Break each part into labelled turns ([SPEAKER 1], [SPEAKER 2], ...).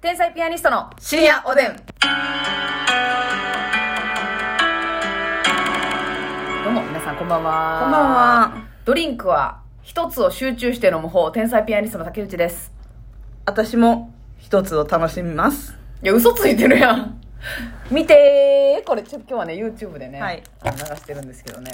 [SPEAKER 1] 天才ピアニストの深夜おでん。どうも、皆さんこんばんは。
[SPEAKER 2] こんばん。は。
[SPEAKER 1] ドリンクは一つを集中して飲む方、天才ピアニストの竹内です。
[SPEAKER 2] 私も一つを楽しみます。
[SPEAKER 1] いや、嘘ついてるやん。 見てーこれちょ今日はね YouTube でね、
[SPEAKER 2] はい
[SPEAKER 1] あの流してるんですけどね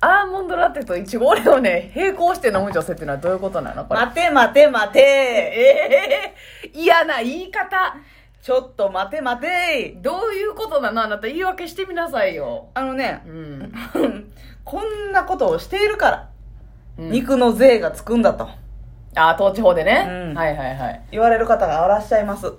[SPEAKER 1] アーモンドラテとイチゴオレをね並行して飲む女性っていうのはどういうことなのこれ
[SPEAKER 2] 待て待て待て。
[SPEAKER 1] ええ嫌な言い方
[SPEAKER 2] ちょっと待て待て。
[SPEAKER 1] どういうことなのあなた言い訳してみなさいよ。
[SPEAKER 2] あのね
[SPEAKER 1] う、ん。
[SPEAKER 2] こんなことをしているから、
[SPEAKER 1] うん、
[SPEAKER 2] 肉の税がつくんだと
[SPEAKER 1] あ、統治法でね、
[SPEAKER 2] うん
[SPEAKER 1] はいはいはい。
[SPEAKER 2] 言われる方がいらっしゃいます。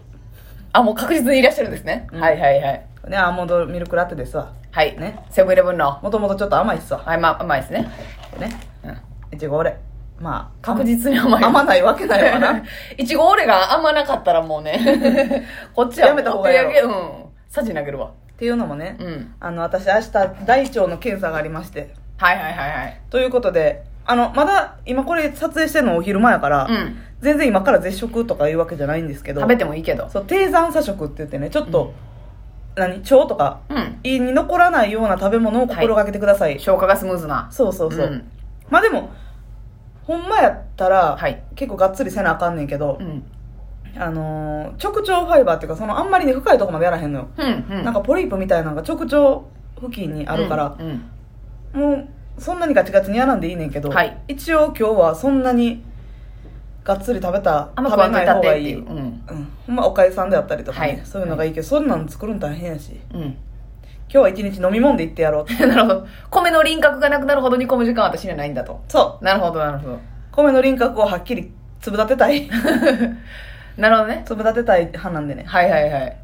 [SPEAKER 1] あ、もう確実にいらっしゃるんですね。
[SPEAKER 2] うん
[SPEAKER 1] はいはいはい。
[SPEAKER 2] ね、アーモンドミルクラテですわ。
[SPEAKER 1] はい。
[SPEAKER 2] ね。
[SPEAKER 1] セブンイレブンの。
[SPEAKER 2] もともとちょっと甘いっすわ。
[SPEAKER 1] はい、まあ、甘いですね。
[SPEAKER 2] ね。
[SPEAKER 1] うん
[SPEAKER 2] いちご俺。まあ、
[SPEAKER 1] 確実に甘い。
[SPEAKER 2] 甘ないわけない わな。
[SPEAKER 1] いちご俺が甘なかったらもう ね。こっちは
[SPEAKER 2] やめた方がいいやろ
[SPEAKER 1] お手上げうん。サジ投げるわ。
[SPEAKER 2] っていうのもね、
[SPEAKER 1] うん。
[SPEAKER 2] あの、私明日大腸の検査がありまして。
[SPEAKER 1] はいはいはいはい。
[SPEAKER 2] ということで、あの、まだ今これ撮影してるのお昼前やから、
[SPEAKER 1] うん。
[SPEAKER 2] 全然今から絶食とかいうわけじゃないんですけど
[SPEAKER 1] 食べてもいいけど。
[SPEAKER 2] そう低山査食って言ってねちょっと、何腸とか
[SPEAKER 1] うん。
[SPEAKER 2] 胃に残らないような食べ物を心がけてください、
[SPEAKER 1] 消化がスムーズな。
[SPEAKER 2] そうそうそう、
[SPEAKER 1] ん
[SPEAKER 2] まあでもほんまやったら、
[SPEAKER 1] はい
[SPEAKER 2] 結構がっつりせなあかんねんけど
[SPEAKER 1] う、ん。
[SPEAKER 2] あのー直腸ファイバーっていうかそのあんまりね深いとこまでやらへんのよ、
[SPEAKER 1] うん。うん。
[SPEAKER 2] なんかポリープみたいなのが直腸付近にあるから、
[SPEAKER 1] うん。うん
[SPEAKER 2] もうそんなにガチガチにやらんでいいねんけど、
[SPEAKER 1] はい
[SPEAKER 2] 一応今日はそんなにがっつり食べた
[SPEAKER 1] 甘く
[SPEAKER 2] 食
[SPEAKER 1] は
[SPEAKER 2] べ
[SPEAKER 1] な
[SPEAKER 2] ないい
[SPEAKER 1] たっ
[SPEAKER 2] 方
[SPEAKER 1] てっ
[SPEAKER 2] が
[SPEAKER 1] て
[SPEAKER 2] い
[SPEAKER 1] い。
[SPEAKER 2] いう
[SPEAKER 1] うん。
[SPEAKER 2] うん、ほんまおかゆさんであったりとかね、
[SPEAKER 1] はい
[SPEAKER 2] そういうのがいいけど、そんなん作るの大変やし
[SPEAKER 1] うん。
[SPEAKER 2] 今日は一日飲み物で行ってやろうって
[SPEAKER 1] なるほど。米の輪郭がなくなるほど煮込む時間は私にはないんだと。
[SPEAKER 2] そう
[SPEAKER 1] なるほど、なるほど。
[SPEAKER 2] 米の輪郭をはっきり粒立て たい
[SPEAKER 1] なるほどね。
[SPEAKER 2] 粒立てたい派なんでね
[SPEAKER 1] はいはいはい。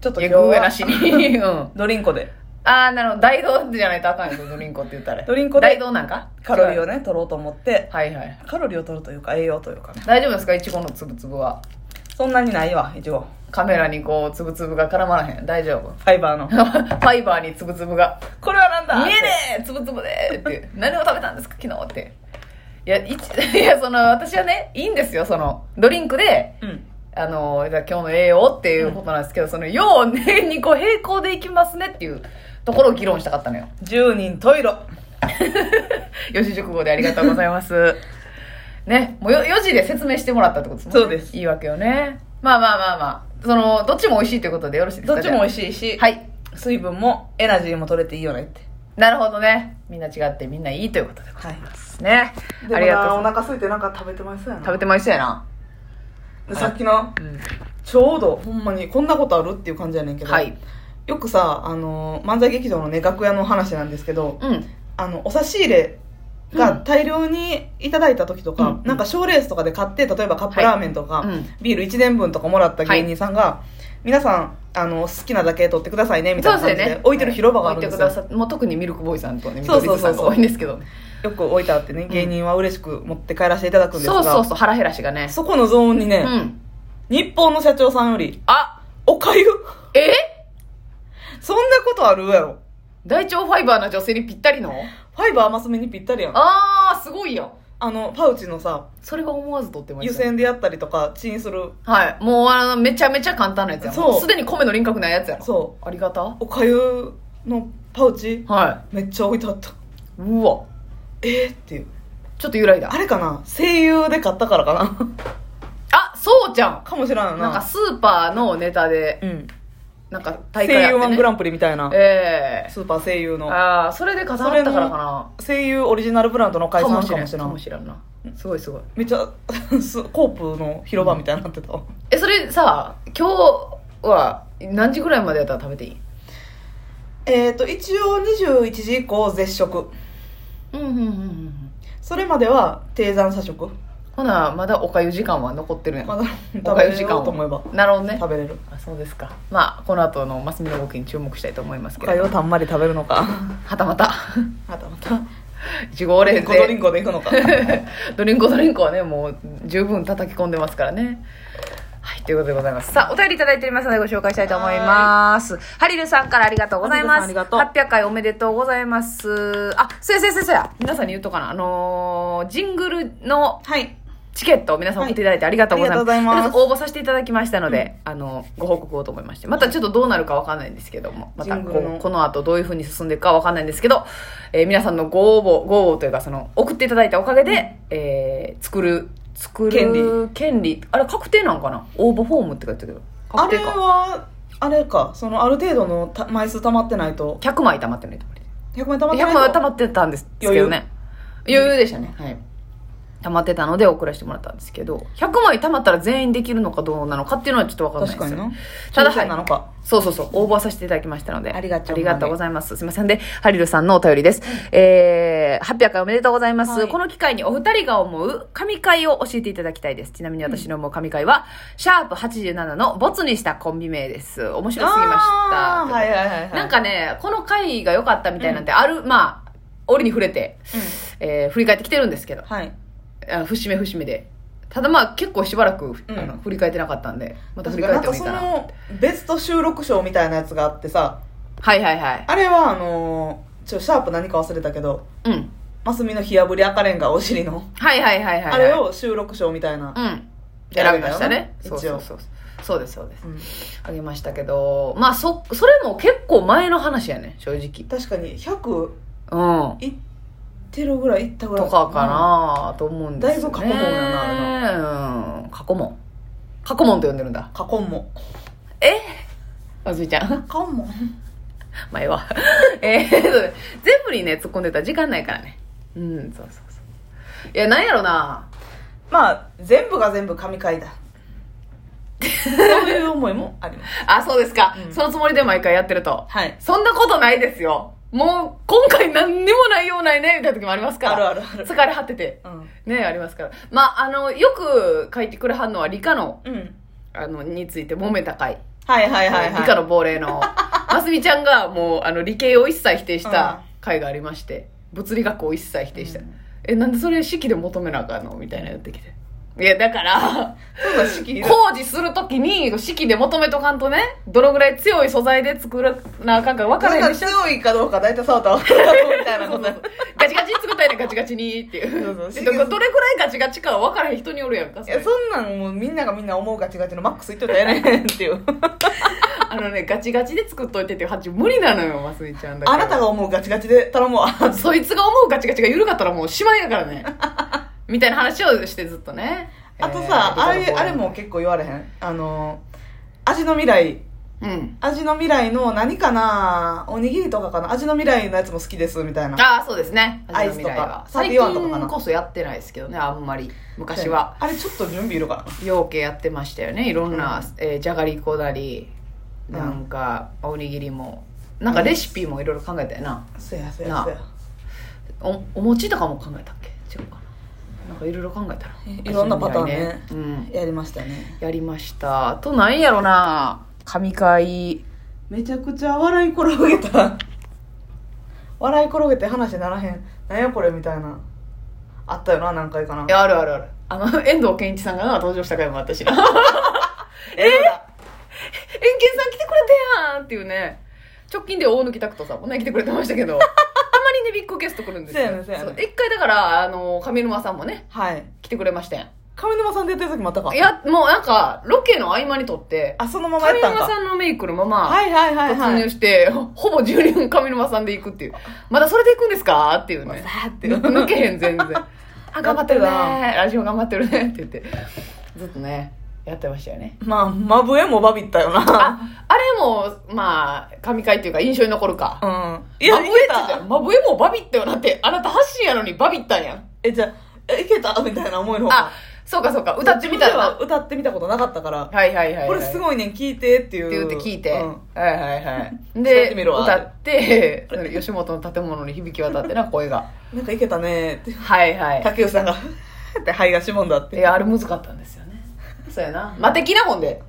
[SPEAKER 2] ちょっと
[SPEAKER 1] え
[SPEAKER 2] 今
[SPEAKER 1] ぐ
[SPEAKER 2] 日
[SPEAKER 1] 上な
[SPEAKER 2] は
[SPEAKER 1] しに。うん。
[SPEAKER 2] ドリンコで
[SPEAKER 1] あー、なるほど。大道じゃないとあかんよ、ドリンコって言ったら。
[SPEAKER 2] ドリンコで
[SPEAKER 1] 大道なんか
[SPEAKER 2] カロリーを
[SPEAKER 1] ね。
[SPEAKER 2] ね取ろうと思って
[SPEAKER 1] はいはい。
[SPEAKER 2] カロリーを取るというか栄養というかね
[SPEAKER 1] 大丈夫ですかいちごのつぶつぶは。
[SPEAKER 2] そんなにないわ一応
[SPEAKER 1] カメラにこう、つぶつぶが絡まらへん。大丈夫。
[SPEAKER 2] ファイバーの
[SPEAKER 1] ファイバーにつぶつぶが。
[SPEAKER 2] これはなんだ
[SPEAKER 1] 見えねえつぶつぶでって。何を食べたんですか昨日って。いや、いち いや、その、私はね、いいんですよ。その、ドリンクで、
[SPEAKER 2] えうん
[SPEAKER 1] あの、じゃあ今日の栄養っていうことなんですけど、その、ようねにこう並行でいきますねっていうところを議論したかったのよ。
[SPEAKER 2] 10人トイロ
[SPEAKER 1] 四字熟語でありがとうございます。 ね、もう4時で説明してもらったってことですもんね。
[SPEAKER 2] そうです
[SPEAKER 1] いいわけよね。まあまあまあまあ。その、どっちも美味しいということでよろしいですか
[SPEAKER 2] どっちも美
[SPEAKER 1] し
[SPEAKER 2] 味しいし、
[SPEAKER 1] はい。
[SPEAKER 2] 水分もエナジーも取れていいよねって
[SPEAKER 1] なるほどね。みんな違ってみんないいということでござい
[SPEAKER 2] はい
[SPEAKER 1] ますね。あ
[SPEAKER 2] あ
[SPEAKER 1] り
[SPEAKER 2] り
[SPEAKER 1] が
[SPEAKER 2] が
[SPEAKER 1] と
[SPEAKER 2] と
[SPEAKER 1] うご
[SPEAKER 2] うお
[SPEAKER 1] ざいます。
[SPEAKER 2] 腹空いてなんか食べてましたよな
[SPEAKER 1] 食べてましたやな。
[SPEAKER 2] でさっきの
[SPEAKER 1] うん。
[SPEAKER 2] ちょうどほんまにこんなことあるっていう感じやねんけど、
[SPEAKER 1] はい。
[SPEAKER 2] よくさ、あのー漫才劇場のね楽屋の話なんですけど
[SPEAKER 1] うん。
[SPEAKER 2] あのお差し入れが大量にいただいた時とか、
[SPEAKER 1] うん
[SPEAKER 2] なんか賞ーレースとかで買って例えばカップラーメンとか、
[SPEAKER 1] はいうん
[SPEAKER 2] ビール1年分とかもらった芸人さんが、皆さんあの好きなだけ取ってくださいねみたいな
[SPEAKER 1] そう
[SPEAKER 2] 感
[SPEAKER 1] で
[SPEAKER 2] じ
[SPEAKER 1] すよ
[SPEAKER 2] で
[SPEAKER 1] ね。
[SPEAKER 2] 置いてる広場があるんです
[SPEAKER 1] 置い
[SPEAKER 2] よ、
[SPEAKER 1] てくださもう特にミルクボーイさんとね、ミ
[SPEAKER 2] そ
[SPEAKER 1] ル
[SPEAKER 2] う
[SPEAKER 1] クボー
[SPEAKER 2] そう
[SPEAKER 1] イさ
[SPEAKER 2] そうんそう
[SPEAKER 1] が多いんですけどね。
[SPEAKER 2] よく置いてあってね芸人は嬉しく持って帰らせていただくんですが、
[SPEAKER 1] そうそうそう、腹減らしがね。
[SPEAKER 2] そこのゾーンに
[SPEAKER 1] う
[SPEAKER 2] ね、
[SPEAKER 1] ん。
[SPEAKER 2] 日本の社長さんより
[SPEAKER 1] あ、
[SPEAKER 2] おかゆ
[SPEAKER 1] え
[SPEAKER 2] そんなことあるやろ
[SPEAKER 1] 大腸ファイバーな女性にぴったりの
[SPEAKER 2] ファイバーマス目にぴったりやんあ
[SPEAKER 1] あー、すごいやん。
[SPEAKER 2] のパウチのさ
[SPEAKER 1] それが思わず取ってまし
[SPEAKER 2] 湯
[SPEAKER 1] た。
[SPEAKER 2] 煎でやったりとかチンする
[SPEAKER 1] はい。もう、あの、めちゃめちゃ簡単なやつやん。
[SPEAKER 2] そう
[SPEAKER 1] すでに米の輪郭ないやつやろ。
[SPEAKER 2] そ
[SPEAKER 1] ありがた
[SPEAKER 2] うおかゆのパウチ
[SPEAKER 1] は
[SPEAKER 2] めっちゃ置いてあった
[SPEAKER 1] い。うわ。
[SPEAKER 2] えー、っていう
[SPEAKER 1] ちょっと由来だ。
[SPEAKER 2] あれかな声優で買ったからかな
[SPEAKER 1] あ、そうじゃん
[SPEAKER 2] かもしらんよな
[SPEAKER 1] なんかスーパーのネタで、
[SPEAKER 2] うん、
[SPEAKER 1] なんか大会
[SPEAKER 2] 声
[SPEAKER 1] やって、
[SPEAKER 2] 優
[SPEAKER 1] ね。
[SPEAKER 2] ワングランプリみたいな
[SPEAKER 1] ええ
[SPEAKER 2] スーパー声優の
[SPEAKER 1] ああ、それで飾ったからか
[SPEAKER 2] 声優オリジナルブランドの
[SPEAKER 1] な。
[SPEAKER 2] 解散かもし
[SPEAKER 1] ん。
[SPEAKER 2] ら
[SPEAKER 1] かも
[SPEAKER 2] ん
[SPEAKER 1] しれんな。すごいすごい。
[SPEAKER 2] めっちゃすコープの広場みたいになってたわ、
[SPEAKER 1] え、それさ、今日は何時ぐらいまでやったら食べていい
[SPEAKER 2] えっ、と一応21時以降絶食
[SPEAKER 1] うんうんうんうん。
[SPEAKER 2] それまでは低山査食
[SPEAKER 1] ほな、まだおかゆ時間は残ってるやん。
[SPEAKER 2] まだ
[SPEAKER 1] お
[SPEAKER 2] 食
[SPEAKER 1] か
[SPEAKER 2] べ
[SPEAKER 1] ゆ
[SPEAKER 2] れ
[SPEAKER 1] 時
[SPEAKER 2] る
[SPEAKER 1] 間
[SPEAKER 2] と
[SPEAKER 1] を
[SPEAKER 2] 思えば
[SPEAKER 1] なるほどね。
[SPEAKER 2] 食べれる
[SPEAKER 1] あそうですかまあこの後のマスミの動きに注目したいと思います
[SPEAKER 2] お
[SPEAKER 1] け
[SPEAKER 2] かゆ
[SPEAKER 1] ど
[SPEAKER 2] をたんまり食べるの か
[SPEAKER 1] はたまた
[SPEAKER 2] またまた
[SPEAKER 1] いちごオレンジ
[SPEAKER 2] コドリンコでいくのか
[SPEAKER 1] ドリンコドリンコはねもう十分叩き込んでますからねはいということでございますさあお便りいただいておりますのでご紹介したいと思いますハリルさんからありがとうございます
[SPEAKER 2] ハリルさんありが
[SPEAKER 1] 800回おめでとうございますあそうやそうやそうやそうや皆さんに言うとかなあのージングルの
[SPEAKER 2] はい
[SPEAKER 1] チケットを皆さん送っていただいてありがとうございます。
[SPEAKER 2] はいありがとうございます
[SPEAKER 1] とりあえず応募させていただきましたので、あの、ご報告をと思いまして。またちょっとどうなるかわかんないんですけども、また
[SPEAKER 2] ジング
[SPEAKER 1] こ
[SPEAKER 2] ルの
[SPEAKER 1] うこの後どういう風に進んでいくかわかんないんですけど、えー皆さんのご応募、ご応募というかその、送っていただいたおかげで、えー作る、作る
[SPEAKER 2] 権利。
[SPEAKER 1] 権利。あれ確定なんかな応募フォームって書いてるけど。
[SPEAKER 2] あ
[SPEAKER 1] 確
[SPEAKER 2] れ
[SPEAKER 1] 定か。
[SPEAKER 2] はあれかそのある程度のた枚数溜まってないと
[SPEAKER 1] 100枚溜まってないとこれ。
[SPEAKER 2] 100枚溜まって
[SPEAKER 1] 100
[SPEAKER 2] な
[SPEAKER 1] 枚
[SPEAKER 2] いと
[SPEAKER 1] は溜まってたんですけどね余裕でしたねはい溜まってたので送らせてもらったんですけど100枚溜まったら全員できるのかどうなのかっていうのはちょっと分かんない
[SPEAKER 2] 確
[SPEAKER 1] で
[SPEAKER 2] か
[SPEAKER 1] す
[SPEAKER 2] に
[SPEAKER 1] よ
[SPEAKER 2] な
[SPEAKER 1] ただ
[SPEAKER 2] 抽選なのか
[SPEAKER 1] そうそうそう応募はさせていただきましたので
[SPEAKER 2] ありがとう
[SPEAKER 1] ございますすいませんでハリルさんのお便りです、えー、800回おめでとうございます、
[SPEAKER 2] はい
[SPEAKER 1] この機会にお二人が思う神回を教えていただきたいですちなみに私の思う神回は、シャープ87のボツにしたコンビ名です面白すぎました
[SPEAKER 2] あーはいはいはいはい
[SPEAKER 1] なんかね、この回が良かったみたいなんて、ある、まあ、折に触れて、えー振り返ってきてるんですけど、
[SPEAKER 2] はい
[SPEAKER 1] あ節目節目で。ただまあ、結構しばらく、
[SPEAKER 2] ん
[SPEAKER 1] あの振り返ってなかったんで、また振
[SPEAKER 2] 確
[SPEAKER 1] り
[SPEAKER 2] かに
[SPEAKER 1] 返
[SPEAKER 2] な
[SPEAKER 1] っ
[SPEAKER 2] ん
[SPEAKER 1] ても
[SPEAKER 2] か
[SPEAKER 1] いいか
[SPEAKER 2] そ
[SPEAKER 1] な。
[SPEAKER 2] のベスト収録賞みたいなやつがあってさ
[SPEAKER 1] はいはいはい。
[SPEAKER 2] あれはあのーちょシャープ何か忘れたけど
[SPEAKER 1] うん。
[SPEAKER 2] マスミの火あぶり赤レンガお尻の
[SPEAKER 1] はいはいはいはい、はい。
[SPEAKER 2] あれを収録賞みたいな
[SPEAKER 1] うん。
[SPEAKER 2] 選
[SPEAKER 1] 選
[SPEAKER 2] べ
[SPEAKER 1] びま
[SPEAKER 2] たよ
[SPEAKER 1] し
[SPEAKER 2] な
[SPEAKER 1] たね。そう
[SPEAKER 2] 一
[SPEAKER 1] そ
[SPEAKER 2] 応
[SPEAKER 1] うそう。そうですそうです。
[SPEAKER 2] うん
[SPEAKER 1] あげましたけど、まあそ、それも結構前の話やね、正直。
[SPEAKER 2] 確かに100
[SPEAKER 1] うん。
[SPEAKER 2] いってるぐらいいったぐらい
[SPEAKER 1] とかかなと思うんですよ、ね。
[SPEAKER 2] だいぶ過去問やなあ
[SPEAKER 1] うん。過去問。過去問って呼んでるんだ。
[SPEAKER 2] 過去問
[SPEAKER 1] えあずみちゃん
[SPEAKER 2] 過去問
[SPEAKER 1] 前は えー、そう全部にね突っ込んでたら時間ないからねうんそうそうそういやなんやろな
[SPEAKER 2] まあ全部が全部神回だそういう思いもあります
[SPEAKER 1] あそうですか、
[SPEAKER 2] うん
[SPEAKER 1] そのつもりで毎回やってると
[SPEAKER 2] はい
[SPEAKER 1] そんなことないですよもう今回何にもないようないねみたいな時もありますから
[SPEAKER 2] あるあるある
[SPEAKER 1] 疲れ果てて
[SPEAKER 2] うん
[SPEAKER 1] ねありますからまああのよく書いてくる反応は理科の
[SPEAKER 2] うん
[SPEAKER 1] あのについて揉めた回
[SPEAKER 2] はいはいはいはい
[SPEAKER 1] 理科の亡霊 のますみちゃんがもうあの理系を一切否定した回がありまして、物理学を一切否定した、
[SPEAKER 2] うん
[SPEAKER 1] えなんでそれ式で求めなあかんのみたいなやってきていやだから
[SPEAKER 2] そうだ式 いる
[SPEAKER 1] 工事するときに式で求めとかんとねどのぐらい強い素材で作らなあかんか分からへん
[SPEAKER 2] な
[SPEAKER 1] で
[SPEAKER 2] んか
[SPEAKER 1] しょ
[SPEAKER 2] 強いかどうか大体触ったら分かるみたいな
[SPEAKER 1] そ
[SPEAKER 2] こ
[SPEAKER 1] う
[SPEAKER 2] と
[SPEAKER 1] そうそう ガチガチに作ったやんガチガチにっていう
[SPEAKER 2] そうそ
[SPEAKER 1] で
[SPEAKER 2] う
[SPEAKER 1] どどれくらいガチガチかは分からへん人によるやんかそ
[SPEAKER 2] い
[SPEAKER 1] れ
[SPEAKER 2] やそんなんもうみんながみんな思うガチガチのマックスいっといたらええねんっていう
[SPEAKER 1] あのねガチガチで作っといてっていう発注無理なのよますみちゃんだから
[SPEAKER 2] あなたが思うガチガチで頼もう
[SPEAKER 1] そいつが思うガチガチが緩かったらもうしまいやから ね。みたいな話をしてずっとね。
[SPEAKER 2] あとさ、
[SPEAKER 1] えー
[SPEAKER 2] あれ、あれ。も結構言われへんあの、味の未来。
[SPEAKER 1] うん。
[SPEAKER 2] 味の未来の何かなおにぎりとかかな味の未来のやつも好きです、みたいな。
[SPEAKER 1] ああ、そうですね。
[SPEAKER 2] アイ
[SPEAKER 1] 味
[SPEAKER 2] スとか
[SPEAKER 1] の未来は
[SPEAKER 2] サー
[SPEAKER 1] 最
[SPEAKER 2] ティワンとかかな
[SPEAKER 1] 近こそやってないですけどね、あんまり。昔は。。
[SPEAKER 2] あれちょっと準備いるから
[SPEAKER 1] 養鶏やってましたよね。いろんな、
[SPEAKER 2] うん
[SPEAKER 1] えーじゃがりこだり、なんか、おにぎりも。なんかレシピもいろいろ考えたよな。
[SPEAKER 2] な。そうや、そう
[SPEAKER 1] な
[SPEAKER 2] や、
[SPEAKER 1] あ
[SPEAKER 2] そうや。
[SPEAKER 1] お、お餅とかも考えたっけ違うかな。なんかいろいろ考えたら。
[SPEAKER 2] えいろんなパターンね
[SPEAKER 1] 味の未来うん。
[SPEAKER 2] やりましたね。
[SPEAKER 1] やりました。あと、なんやろな。神回。
[SPEAKER 2] めちゃくちゃ笑い転げた。笑い転げて話ならへん。なんやこれみたいな。あったよな、何回かな。
[SPEAKER 1] いや、あるあるある。あの、遠藤健一さんがな登場した回もあったしな。遠健さん
[SPEAKER 2] え
[SPEAKER 1] 来てくれたやんっていうね。直近で大貫拓人さんもね、来てくれてましたけ ど。あんまりね、ビッグゲスト来るんですよ。
[SPEAKER 2] そうやねそうやね
[SPEAKER 1] 一回だから、あの、上沼さんもね、
[SPEAKER 2] はい。
[SPEAKER 1] 来てくれましたやん。
[SPEAKER 2] 上沼さんでやってる時もあったか
[SPEAKER 1] い。や、もうなんか、ロケの合間にとって、
[SPEAKER 2] あ、そのままや
[SPEAKER 1] 上
[SPEAKER 2] ったん
[SPEAKER 1] 沼さ
[SPEAKER 2] か。
[SPEAKER 1] んのメイクのまま、
[SPEAKER 2] はいはいはい
[SPEAKER 1] 突
[SPEAKER 2] はい
[SPEAKER 1] 入。して、ほぼ12分上沼さんで行くっていう。まだそれで行くんですかって いうね。
[SPEAKER 2] ーって
[SPEAKER 1] 抜けへん全然 あ頑張ってるね
[SPEAKER 2] やって
[SPEAKER 1] ラジオ頑張ってるねって言ってずっとねやってましたよね
[SPEAKER 2] まあ、まぶえもバビったよな。
[SPEAKER 1] ああれもまあ神回っていうか印象に残るか、
[SPEAKER 2] うん。い
[SPEAKER 1] いや
[SPEAKER 2] や、
[SPEAKER 1] マ
[SPEAKER 2] い
[SPEAKER 1] ブ
[SPEAKER 2] け
[SPEAKER 1] エって言ったよ
[SPEAKER 2] た。
[SPEAKER 1] マブエもバビったよなってあなた発信やのにバビったんやん
[SPEAKER 2] え、じゃあ、えいけたみたいな思いの方が
[SPEAKER 1] あそうかそうか歌ってみたらな
[SPEAKER 2] 自分では歌ってみたことなかったから、
[SPEAKER 1] はいはいはい、はい、
[SPEAKER 2] これす
[SPEAKER 1] い
[SPEAKER 2] ごいねん、聞いてっていう。
[SPEAKER 1] って言って聞いて、
[SPEAKER 2] うん
[SPEAKER 1] はいはいはい
[SPEAKER 2] やっ
[SPEAKER 1] で
[SPEAKER 2] てみろ
[SPEAKER 1] 歌ってその吉本の建物に響き渡ってな声が
[SPEAKER 2] なんかいけたねって。
[SPEAKER 1] はいはい
[SPEAKER 2] 竹内さ んが、って肺がしもんだっ
[SPEAKER 1] い
[SPEAKER 2] て。
[SPEAKER 1] やあれ難かったんですよねそうやな魔的な本で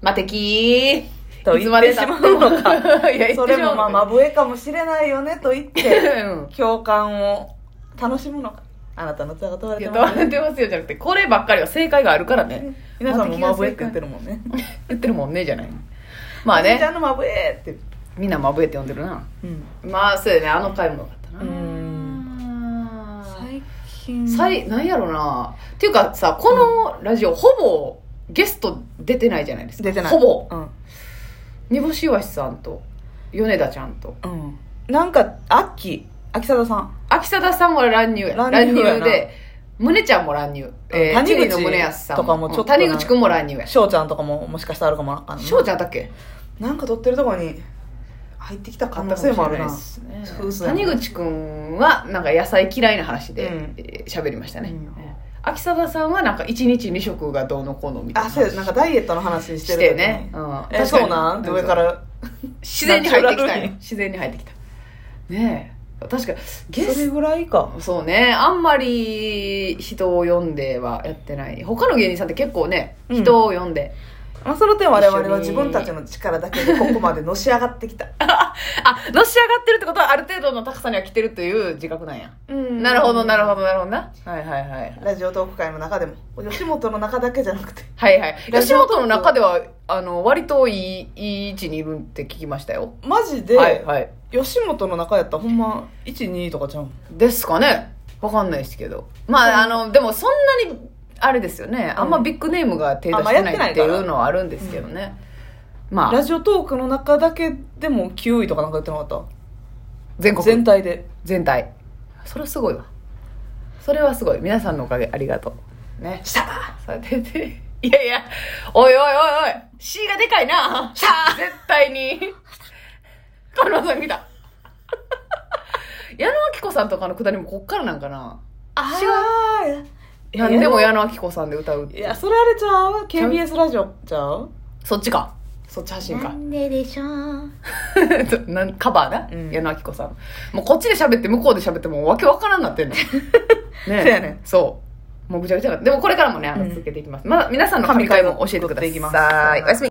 [SPEAKER 1] 魔的
[SPEAKER 2] と
[SPEAKER 1] いつまで
[SPEAKER 2] 言
[SPEAKER 1] た
[SPEAKER 2] って
[SPEAKER 1] っ
[SPEAKER 2] しま
[SPEAKER 1] て
[SPEAKER 2] うの か
[SPEAKER 1] いや言ってしまうのか
[SPEAKER 2] それもまあ、まぶえかもしれないよねと言って、
[SPEAKER 1] うん
[SPEAKER 2] 共感を楽しむのか。あなたのツが問われ
[SPEAKER 1] い
[SPEAKER 2] て
[SPEAKER 1] や
[SPEAKER 2] ま
[SPEAKER 1] 問
[SPEAKER 2] す
[SPEAKER 1] われてますよじゃなくてこればっかりは正解があるからね
[SPEAKER 2] ね。皆さんもまぶえって言ってるもんね。
[SPEAKER 1] 言ってるもんねじゃないまあ
[SPEAKER 2] おじいちゃ
[SPEAKER 1] ね
[SPEAKER 2] んのまぶえって。
[SPEAKER 1] みんなマブエって呼んでるな
[SPEAKER 2] うん。
[SPEAKER 1] まあそうやねあの回もよかったな
[SPEAKER 2] うん
[SPEAKER 1] あー
[SPEAKER 2] 最近
[SPEAKER 1] さいなんやろなっていうかさこのラジオほぼゲスト出てないじゃないですか
[SPEAKER 2] 出てない
[SPEAKER 1] ほぼ
[SPEAKER 2] うん、
[SPEAKER 1] 煮干しわしさんと米田ちゃんと
[SPEAKER 2] うん、なんか秋秋貞さん
[SPEAKER 1] 秋貞さんは乱入乱
[SPEAKER 2] 乱
[SPEAKER 1] 入
[SPEAKER 2] 入やな
[SPEAKER 1] で宗ちゃんも乱入、えー、
[SPEAKER 2] 谷口
[SPEAKER 1] チェリーの宗安さん
[SPEAKER 2] とかもちょっとな
[SPEAKER 1] うん谷口くんも乱入やし
[SPEAKER 2] 翔ちゃんとかももしかしたらあるかもあの
[SPEAKER 1] ょうちゃんだっけ
[SPEAKER 2] なんか撮ってるとこに入ってきた可能性もあるな
[SPEAKER 1] かもしれないですね
[SPEAKER 2] そうそうやな
[SPEAKER 1] 谷口くんはなんか野菜嫌いな話で
[SPEAKER 2] うん
[SPEAKER 1] えー喋、りましたね、
[SPEAKER 2] うん
[SPEAKER 1] えー秋貞さんはなんか1日2食がどうのこうのみたいな
[SPEAKER 2] あそうやなんかダイエットの話し
[SPEAKER 1] してて
[SPEAKER 2] る時に
[SPEAKER 1] ね、うん、
[SPEAKER 2] えそうなんって上から
[SPEAKER 1] 自然に入ってきた
[SPEAKER 2] ナチュラ
[SPEAKER 1] よ
[SPEAKER 2] ルに
[SPEAKER 1] 自然に入ってきたねえ確かゲ
[SPEAKER 2] そ
[SPEAKER 1] ス
[SPEAKER 2] れぐらいか
[SPEAKER 1] そうねあんまり人を読んではやってない他の芸人さんって結構ね
[SPEAKER 2] うん
[SPEAKER 1] 人を読んで、
[SPEAKER 2] まあ、その点我々
[SPEAKER 1] 一緒
[SPEAKER 2] は
[SPEAKER 1] に
[SPEAKER 2] 自分たちの力だけでここまでのし上がってきた、
[SPEAKER 1] あのし上がってるってことはある程度の高さには来てるという自覚なんや、
[SPEAKER 2] うん
[SPEAKER 1] なるほどなるほどなるほどなはいはいはい
[SPEAKER 2] ラジオトーク会の中でも吉本の中だけじゃなくて
[SPEAKER 1] はいはい
[SPEAKER 2] ラ
[SPEAKER 1] 吉
[SPEAKER 2] ジオ
[SPEAKER 1] 本の中ではあの割といいいい位置にいるって聞きましたよ
[SPEAKER 2] マジで、
[SPEAKER 1] はいはい
[SPEAKER 2] 吉本の中やったらほんま12とかちゃうん
[SPEAKER 1] ですかねわかんないですけどまああのでもそんなにあれですよねあんまビッグネームが手出し
[SPEAKER 2] あんまや
[SPEAKER 1] て
[SPEAKER 2] って
[SPEAKER 1] な
[SPEAKER 2] ないい
[SPEAKER 1] って
[SPEAKER 2] から
[SPEAKER 1] いうのはあるんですけどね、ま
[SPEAKER 2] ラ
[SPEAKER 1] あ
[SPEAKER 2] ジオトークの中だけでも9位とかなんか言ってなかっ
[SPEAKER 1] 全
[SPEAKER 2] た
[SPEAKER 1] 国
[SPEAKER 2] 全体で
[SPEAKER 1] 全体それはすごいわそれはすごい皆さんのおかげありがとうね
[SPEAKER 2] したか
[SPEAKER 1] さてていやいやおいおいおいおい C がでかい な
[SPEAKER 2] しゃ
[SPEAKER 1] 絶対にカ村さん見た矢野明子さんとかのくだりもこっからなんかな
[SPEAKER 2] 아.あ違う
[SPEAKER 1] 何でも矢野明子さんで歌うって
[SPEAKER 2] いやそれあれちゃう KBS ラジオちゃう
[SPEAKER 1] そっちかそっち発信か
[SPEAKER 2] ででしょう
[SPEAKER 1] なんカバーな、
[SPEAKER 2] うん
[SPEAKER 1] 矢野明子さんもうこっちで喋って向こうで喋ってもうわけわからんなってん のねそう
[SPEAKER 2] やねん
[SPEAKER 1] そうもうぐちゃぐちゃだでもこれからもねあの
[SPEAKER 2] うん
[SPEAKER 1] 続けていきます、まだ皆さんの神回も教えてください
[SPEAKER 2] 神回も送っていきます
[SPEAKER 1] おやすみ